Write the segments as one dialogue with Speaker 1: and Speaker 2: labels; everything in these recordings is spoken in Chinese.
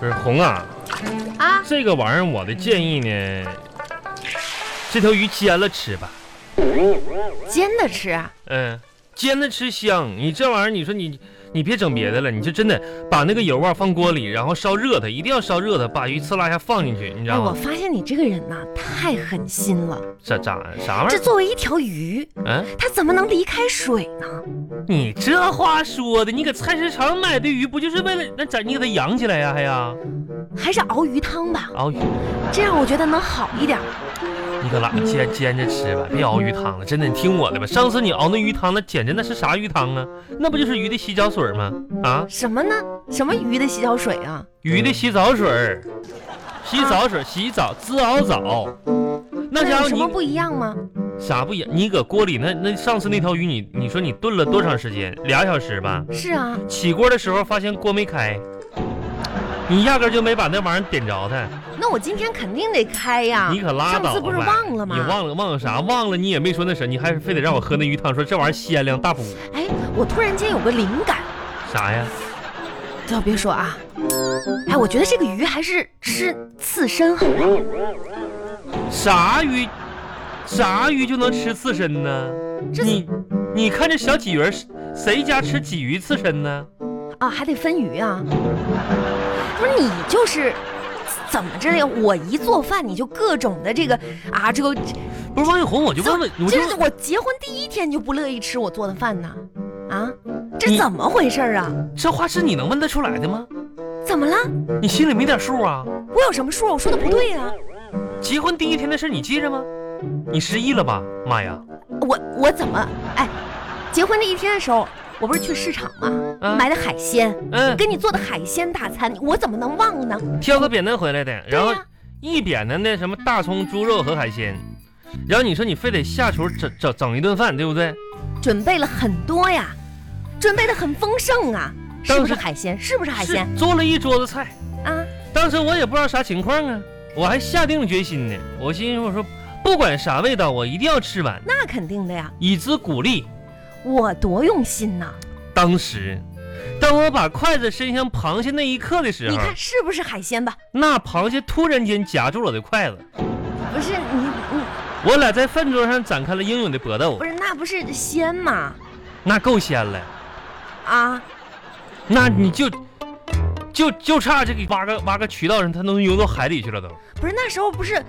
Speaker 1: 不是红啊，
Speaker 2: 啊，
Speaker 1: 这个玩意儿我的建议呢，这条鱼煎了吃吧。
Speaker 2: 煎的吃啊，
Speaker 1: 嗯，煎着吃香。你这玩意儿，你说你你别整别的了，你就真的把那个油啊放锅里，然后烧热它，一定要烧热它，把鱼刺啦一下放进去，你知
Speaker 2: 哎，
Speaker 1: 道
Speaker 2: 我
Speaker 1: 吗？
Speaker 2: 发现你这个人呐、太狠心了。
Speaker 1: 咋咋啥玩意
Speaker 2: 这
Speaker 1: 儿？
Speaker 2: 作为一条鱼，
Speaker 1: 嗯，
Speaker 2: 它怎么能离开水呢？
Speaker 1: 你这话说的，你搁菜市场买的鱼不就是为了那咋你给它养起来呀？还哎呀？
Speaker 2: 还是熬鱼汤吧，
Speaker 1: 熬鱼，
Speaker 2: 这样我觉得能好一点。
Speaker 1: 你可拉
Speaker 2: 嗯
Speaker 1: 煎煎着吃吧，别熬鱼汤了。真的，你听我的吧。上次你熬那鱼汤，那简直那是啥鱼汤啊？那不就是鱼的洗脚水吗？啊，
Speaker 2: 什么呢？什么鱼的洗脚水啊？
Speaker 1: 鱼的洗澡水儿，洗澡水儿，洗澡滋熬澡。那
Speaker 2: 那
Speaker 1: 家
Speaker 2: 有
Speaker 1: 伙
Speaker 2: 什
Speaker 1: 你
Speaker 2: 么不一样吗？
Speaker 1: 啥不一样？你搁锅里那那上次那条鱼你，你说你炖了多长时间？俩小时吧。
Speaker 2: 是啊，
Speaker 1: 起锅的时候发现锅没开，你压根儿就没把那玩意儿点着它。
Speaker 2: 那我今天肯定得开呀。
Speaker 1: 你可拉倒吧！
Speaker 2: 啊上次不是忘了吗？
Speaker 1: 你忘了忘了啥？忘了你也没说那啥，你还是非得让我喝那鱼汤，说这玩意儿鲜凉大补
Speaker 2: 哎，我突然间有个灵感，
Speaker 1: 啥呀？
Speaker 2: 要别说啊，哎，我觉得这个鱼还是吃刺身好。
Speaker 1: 啥鱼？啥鱼就能吃刺身呢？
Speaker 2: 这
Speaker 1: 你你看这小鲫鱼儿，谁家吃鲫鱼刺身呢？
Speaker 2: 啊，还得分鱼啊。不是你就是怎么着呀？我一做饭你就各种的这个啊，这个
Speaker 1: 不是王小红，我就问问，我就
Speaker 2: 这
Speaker 1: 问
Speaker 2: 是我结婚第一天就不乐意吃我做的饭呢，啊，这
Speaker 1: 你
Speaker 2: 怎么回事儿啊？
Speaker 1: 这话是你能问得出来的吗？
Speaker 2: 怎么了？
Speaker 1: 你心里没点数啊？
Speaker 2: 我有什么数？我说的不对啊，
Speaker 1: 结婚第一天的事你记着吗？你失忆了吧？妈呀！
Speaker 2: 我我怎么哎？结婚那一天的时候，我不是去市场吗？
Speaker 1: 啊
Speaker 2: 买的海鲜，
Speaker 1: 嗯，
Speaker 2: 给你做的海鲜大餐，我怎么能忘了呢？
Speaker 1: 挑个扁担回来的，
Speaker 2: 对
Speaker 1: 然后
Speaker 2: 呀
Speaker 1: 一扁担的什么大葱、猪肉和海鲜，然后你说你非得下厨整整整一顿饭，对不对？
Speaker 2: 准备了很多呀，准备的很丰盛啊，是不
Speaker 1: 当
Speaker 2: 是
Speaker 1: 时
Speaker 2: 海鲜？是不是海
Speaker 1: 是
Speaker 2: 鲜
Speaker 1: 做了一桌子菜，
Speaker 2: 啊？
Speaker 1: 当时我也不知道啥情况啊，我还下定了决心呢。我心说我说，不管啥味道，我一定要吃完，
Speaker 2: 那肯定的呀，
Speaker 1: 以资鼓励。
Speaker 2: 我多用心呐、
Speaker 1: 当时，当我把筷子伸向螃蟹那一刻的时
Speaker 2: 你
Speaker 1: 候，
Speaker 2: 看是不是海鲜吧？
Speaker 1: 那螃蟹突然间夹住了我的筷子，
Speaker 2: 不是你你
Speaker 1: 我俩在饭桌上展开了英勇的搏斗
Speaker 2: 不，是那不是鲜吗？
Speaker 1: 那够鲜了。
Speaker 2: 啊，
Speaker 1: 那你就就就差这个挖个挖个渠道，让它能游到海里去了都。
Speaker 2: 不是那时候不是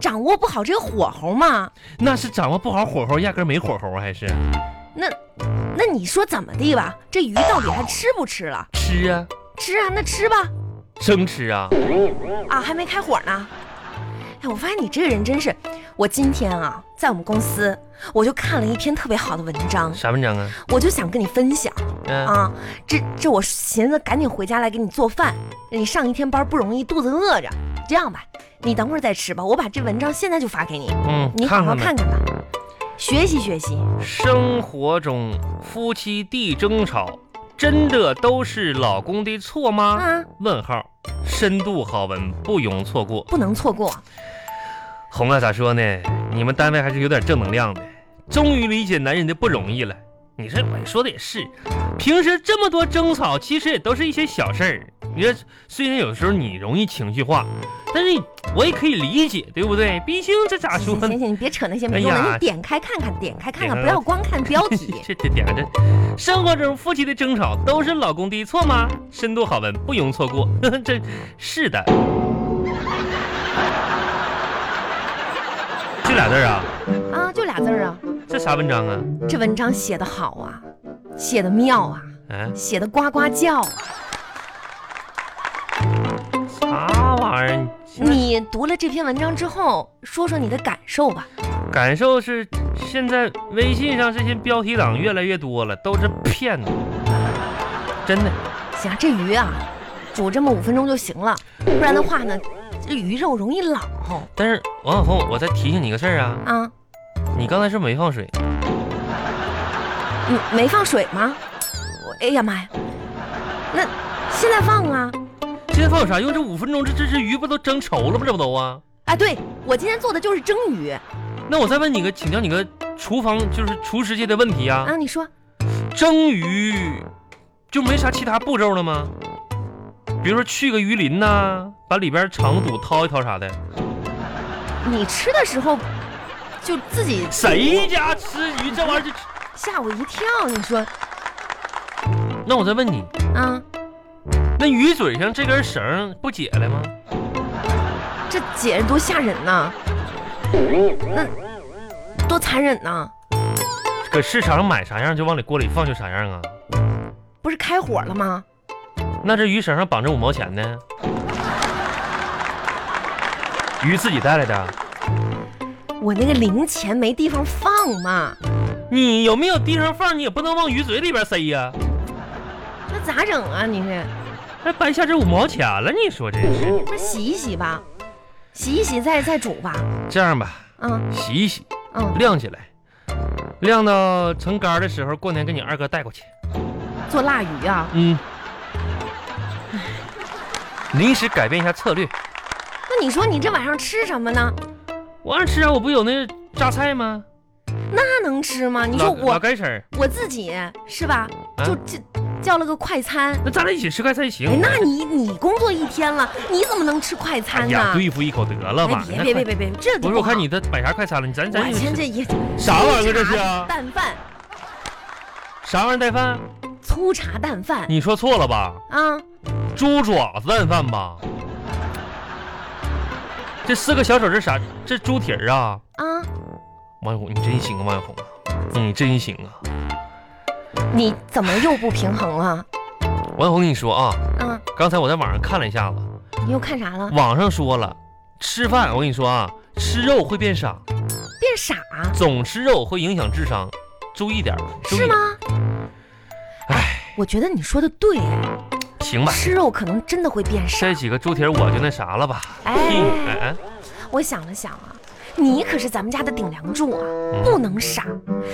Speaker 2: 掌握不好这个火候吗？
Speaker 1: 那是掌握不好火候，压根儿没火候啊，还是
Speaker 2: 那那你说怎么地吧？这鱼到底还吃不吃了？
Speaker 1: 吃啊，
Speaker 2: 吃啊，那吃吧。
Speaker 1: 生吃啊。
Speaker 2: 啊，还没开火呢。哎，我发现你这个人真是，我今天啊，在我们公司我就看了一篇特别好的文章，
Speaker 1: 啥文章啊？
Speaker 2: 我就想跟你分享。
Speaker 1: 嗯、
Speaker 2: 啊，这这我寻思赶紧回家来给你做饭，你上一天班不容易，肚子饿着。这样吧，你等会儿再吃吧，我把这文章现在就发给你，
Speaker 1: 嗯，
Speaker 2: 你好好
Speaker 1: 呗
Speaker 2: 看看吧，学习学习。
Speaker 1: 生活中夫妻地争吵，真的都是老公的错吗？
Speaker 2: 啊，
Speaker 1: 问号，深度好文不容错过。
Speaker 2: 不能错过。
Speaker 1: 红啊，咋说呢？你们单位还是有点正能量的，终于理解男人的不容易了。你说我说的也是，平时这么多争吵，其实也都是一些小事儿。你说，虽然有时候你容易情绪化，但是我也可以理解，对不对？毕竟这咋说
Speaker 2: 行
Speaker 1: 呢？
Speaker 2: 行行，你别扯那些没用
Speaker 1: 哎
Speaker 2: 的，
Speaker 1: 呀
Speaker 2: 你点开看看，点开看看，
Speaker 1: 点开
Speaker 2: 不要光看标 题。
Speaker 1: 这这点儿这，生活中夫妻的争吵都是老公的错吗？深度好文不容错过。 呵呵这是的，这俩字儿啊，
Speaker 2: 啊，就俩字儿啊，
Speaker 1: 这啥文章啊？
Speaker 2: 这文章写的好啊，写的妙啊，
Speaker 1: 嗯、
Speaker 2: 写的呱呱叫啊。
Speaker 1: 啥玩意儿？
Speaker 2: 你读了这篇文章之后，说说你的感受吧。
Speaker 1: 感受是，现在微信上这些标题党越来越多了，都是骗子，真的。
Speaker 2: 行，这鱼啊，煮这么五分钟就行了，不然的话呢，这鱼肉容易老
Speaker 1: 但是王小红，我再提醒你个事儿啊，
Speaker 2: 啊。
Speaker 1: 你刚才是不是没放水，
Speaker 2: 你嗯没放水吗？我哎呀妈呀，那现在放啊！
Speaker 1: 现在放有啥用？这五分钟，这这这鱼不都蒸稠了吗？这不都啊？
Speaker 2: 啊，对我今天做的就是蒸鱼
Speaker 1: 那我再问你个，请教你个厨房就是厨师界的问题啊，
Speaker 2: 啊。你说
Speaker 1: 蒸鱼就没啥其他步骤了吗？比如说去个鱼鳞呐、把里边肠肚掏一掏啥的。
Speaker 2: 你吃的时候就自己
Speaker 1: 谁家吃鱼这玩意儿就吃？
Speaker 2: 吓我一跳，你说
Speaker 1: 那我再问你，
Speaker 2: 啊，
Speaker 1: 那鱼嘴上这根绳儿不解了吗？
Speaker 2: 这姐多吓人呐，那多残忍呐！
Speaker 1: 搁市场买啥样就往里锅里放就啥样啊？
Speaker 2: 不是开火了吗？
Speaker 1: 那这鱼绳上绑着五毛钱呢？鱼自己带来的？啊
Speaker 2: 我那个零钱没地方放嘛，
Speaker 1: 你有没有地上放？你也不能往鱼嘴里边塞呀、
Speaker 2: 那咋整啊？你是
Speaker 1: 那白瞎这五毛钱了，你说真是。
Speaker 2: 那洗一洗吧，洗一洗再再煮吧。
Speaker 1: 这样吧，
Speaker 2: 嗯
Speaker 1: 洗一洗，
Speaker 2: 嗯，
Speaker 1: 晾起来，晾到成干儿的时候，过年给你二哥带过去。
Speaker 2: 做腊鱼啊，
Speaker 1: 嗯，临时改变一下策略。
Speaker 2: 那你说你这晚上吃什么呢？
Speaker 1: 我二吃啊，我不有那榨菜吗？
Speaker 2: 那能吃吗？你说
Speaker 1: 老老
Speaker 2: 我
Speaker 1: 干婶儿，
Speaker 2: 我自己是吧？就就叫了个快餐。
Speaker 1: 那咱俩一起吃快餐啊行。啊
Speaker 2: 哎，那你你工作一天了，你怎么能吃快
Speaker 1: 哎
Speaker 2: 餐呢？
Speaker 1: 呀，对付一口得了吧
Speaker 2: 哎，。别别
Speaker 1: 别！
Speaker 2: 别别别，这
Speaker 1: 不
Speaker 2: 都
Speaker 1: 是，我
Speaker 2: 好
Speaker 1: 看你，的买啥快餐了？你咱咱
Speaker 2: 我天这也
Speaker 1: 啥玩意儿这是啊
Speaker 2: 蛋饭，
Speaker 1: 啥玩意儿带饭？
Speaker 2: 粗茶淡饭
Speaker 1: 你说错了吧？
Speaker 2: 啊，
Speaker 1: 猪爪子蛋饭吧？这四个小手是啥？这猪蹄儿啊？
Speaker 2: 啊，
Speaker 1: 王小红，你真行啊，王小红啊，你真行啊！
Speaker 2: 你怎么又不平衡了？
Speaker 1: 王小红，跟你说啊，
Speaker 2: 啊，
Speaker 1: 刚才我在网上看了一下子，
Speaker 2: 你又看啥了？
Speaker 1: 网上说了，吃饭我跟你说啊，吃肉会变傻，
Speaker 2: 变傻啊
Speaker 1: 总吃肉会影响智商，注意点儿，注意
Speaker 2: 是
Speaker 1: 点儿。
Speaker 2: 吗？哎，我觉得你说的对，
Speaker 1: 行吧，
Speaker 2: 吃肉可能真的会变傻。
Speaker 1: 这几个猪蹄儿我就那啥了吧？
Speaker 2: 哎
Speaker 1: 嗯哎哎，
Speaker 2: 我想了想啊，你可是咱们家的顶梁柱啊，
Speaker 1: 嗯
Speaker 2: 不能傻。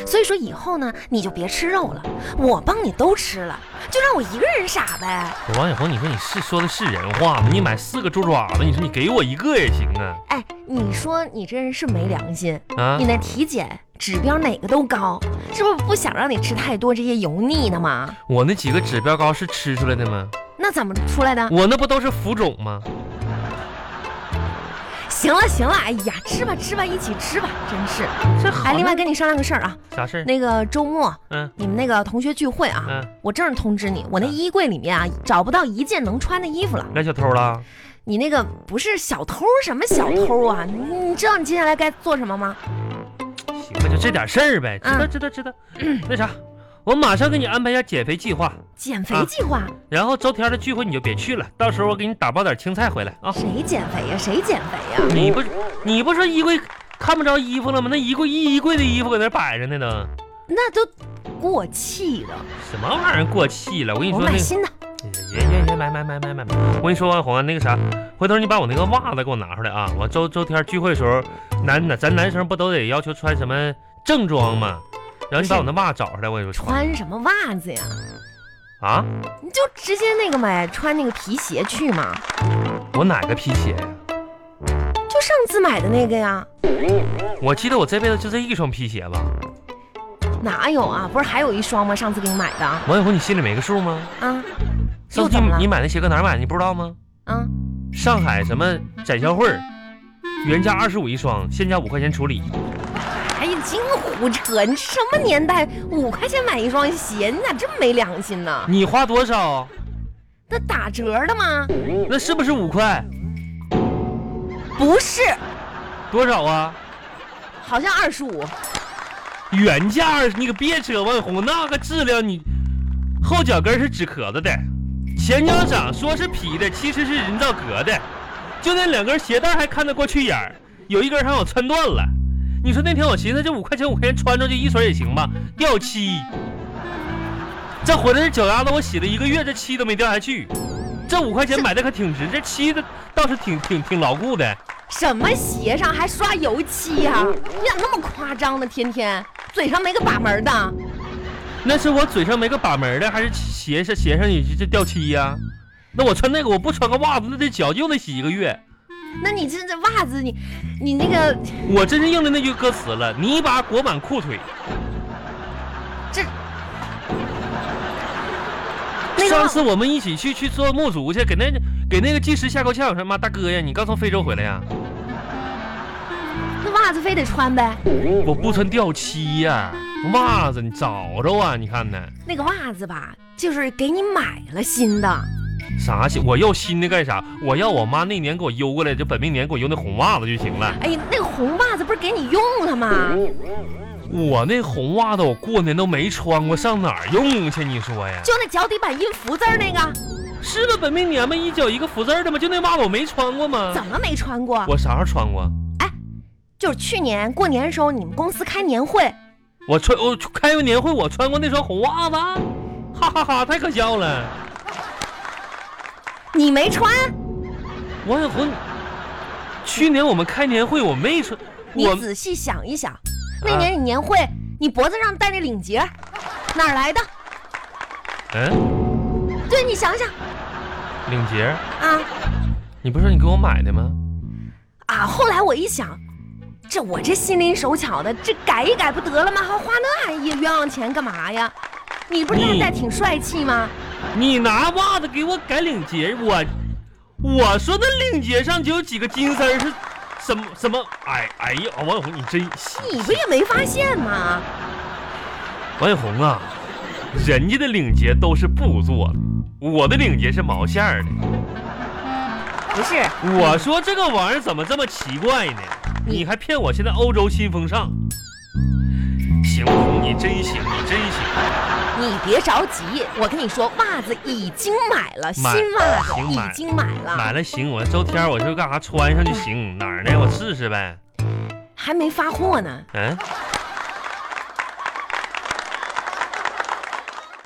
Speaker 2: 所以说以后呢，你就别吃肉了，我帮你都吃了，就让我一个人傻呗。
Speaker 1: 王小红，你说你是说的是人话吗？你买四个猪爪子，你说你给我一个也行啊
Speaker 2: 哎，你说你这人是没良心，
Speaker 1: 啊
Speaker 2: 你！那体检指标哪个都高，是不是不想让你吃太多这些油腻的嘛？
Speaker 1: 我那几个指标高是吃出来的吗？
Speaker 2: 那怎么出来的？
Speaker 1: 我那不都是浮肿吗？
Speaker 2: 行了行了，哎呀，吃吧吃吧，一起吃吧，真是。
Speaker 1: 这好
Speaker 2: 哎，另外
Speaker 1: 呢
Speaker 2: 跟你商量个事儿啊，
Speaker 1: 啥事儿？
Speaker 2: 那个周末
Speaker 1: 嗯
Speaker 2: 你们那个同学聚会啊，
Speaker 1: 嗯，
Speaker 2: 我正式通知你，我那
Speaker 1: 嗯
Speaker 2: 衣柜里面啊找不到一件能穿的衣服了。
Speaker 1: 来小偷了？
Speaker 2: 你那个不是小偷什么小偷啊？你你知道你接下来该做什么吗？
Speaker 1: 行吧，就这点事儿呗。知道
Speaker 2: 嗯
Speaker 1: 知道 知道。那啥，我马上给你安排一下减肥计划，
Speaker 2: 减肥
Speaker 1: 啊
Speaker 2: 计划？
Speaker 1: 然后周天的聚会你就别去了，到时候我给你打包点青菜回来啊。
Speaker 2: 谁减肥呀、谁减肥呀、
Speaker 1: 你不你不说衣柜看不着衣服了吗？那衣柜一衣柜的衣服搁那摆着呢呢。
Speaker 2: 那都过气了。
Speaker 1: 什么玩意儿过气了？我跟你
Speaker 2: 我
Speaker 1: 说那
Speaker 2: 买
Speaker 1: 个。
Speaker 2: 新的。
Speaker 1: 别别别，买买买买买！啊我跟你说，王红啊，那个啥，回头你把我那个袜子给我拿出来啊！我周周天聚会的时候，男男咱男生不都得要求穿什么正装吗？然后你把我那袜子找出来，我跟你说
Speaker 2: 穿什么袜子呀？
Speaker 1: 啊，
Speaker 2: 你就直接那个买，穿那个皮鞋去嘛，
Speaker 1: 我哪个皮鞋呀、
Speaker 2: 就上次买的那个呀。
Speaker 1: 我记得我这辈子就这一双皮鞋吧。
Speaker 2: 哪有啊？不是还有一双吗？上次给你买的啊？
Speaker 1: 王小红，你心里没个数吗？
Speaker 2: 啊，
Speaker 1: 上
Speaker 2: 又
Speaker 1: 次
Speaker 2: 怎么
Speaker 1: 你你
Speaker 2: 了？
Speaker 1: 买那鞋搁哪儿买的？你不知道吗？
Speaker 2: 啊，
Speaker 1: 上海什么展销会儿， 原价二十五一双，现价五块钱处理。
Speaker 2: 哎呀，净胡扯！你什么年代？五块钱买一双鞋，你咋这么没良心呢？
Speaker 1: 你花多少？
Speaker 2: 那打折的吗？
Speaker 1: 那是不是五块？
Speaker 2: 不是，
Speaker 1: 多少啊？
Speaker 2: 好像二十五。
Speaker 1: 原价二，你可别扯万红那个质量你，后脚跟是纸壳子的，前脚掌说是皮的，其实是人造革的，就那两根鞋带还看得过去眼儿，有一根还让我穿断了。你说那天我寻思这五块钱五块钱穿出去一水也行吧，掉漆。这回来这脚丫子我洗了一个月，这漆都没掉下去。这五块钱买的可挺值，这漆的倒是挺挺挺牢固的。
Speaker 2: 什么鞋上还刷油漆呀、你咋那么夸张呢？天天嘴上没个把门的，
Speaker 1: 那是我嘴上没个把门儿的，还是鞋上鞋上有这掉漆呀、那我穿那个，我不穿个袜子，那这脚就得洗一个月。
Speaker 2: 那你这这袜子你你那个
Speaker 1: 我真是应了那句歌词了：“泥巴裹满裤腿。
Speaker 2: 这那
Speaker 1: 上
Speaker 2: 个
Speaker 1: 次我们一起去去做沐足去，给那给那个技师吓够呛，我说妈大哥呀，你刚从非洲回来呀？
Speaker 2: 那袜子非得穿呗，
Speaker 1: 我不穿掉漆呀、袜子你找着啊？你看呢？
Speaker 2: 那个袜子吧，就是给你买了新的。
Speaker 1: 啥新？我要新的干啥？我要我妈那年给我邮过来，就本命年给我邮那红袜子就行了。
Speaker 2: 哎呀，那个红袜子不是给你用了吗？
Speaker 1: 我那红袜子我过年都没穿过，上哪儿用去？你说呀？
Speaker 2: 就那脚底板印福字儿那个，
Speaker 1: 是吗？本命年嘛，一脚一个福字儿的嘛，就那袜子我没穿过吗？
Speaker 2: 怎么没穿过？
Speaker 1: 我啥时候穿过？
Speaker 2: 就是去年过年的时候，你们公司开年会，
Speaker 1: 我穿我开完年会我穿过那双红袜子，哈哈哈太可笑了！
Speaker 2: 你没穿，
Speaker 1: 王小红，去年我们开年会我没穿，
Speaker 2: 你
Speaker 1: 我啊
Speaker 2: 仔细想一想，那年你年会，你脖子上戴那领结，哪儿来的？
Speaker 1: 嗯
Speaker 2: 对你想想
Speaker 1: 领结，
Speaker 2: 啊
Speaker 1: 你不是说你给我买的吗？
Speaker 2: 啊！后来我一想，这我这心灵手巧的，这改一改不得了吗？还花那一冤枉钱干嘛呀？你不是
Speaker 1: 你
Speaker 2: 那戴挺帅气吗？
Speaker 1: 你拿袜子给我改领结，我我说那领结上就有几个金丝儿是什么什么？哎哎呀，王小红你真细
Speaker 2: 你不也没发现吗？
Speaker 1: 王小红啊，人家的领结都是布做的，我的领结是毛线儿的。
Speaker 2: 不是，
Speaker 1: 我说这个玩意儿怎么这么奇怪呢？你还骗我现在欧洲新风尚？行，红你真行，你真行，
Speaker 2: 你别着急，我跟你说，袜子已经买了，新
Speaker 1: 买
Speaker 2: 袜子
Speaker 1: 行买
Speaker 2: 已经买了，
Speaker 1: 买了行，我周天儿我就干啥穿上就行，哪儿呢？我试试呗。
Speaker 2: 还没发货呢。
Speaker 1: 嗯，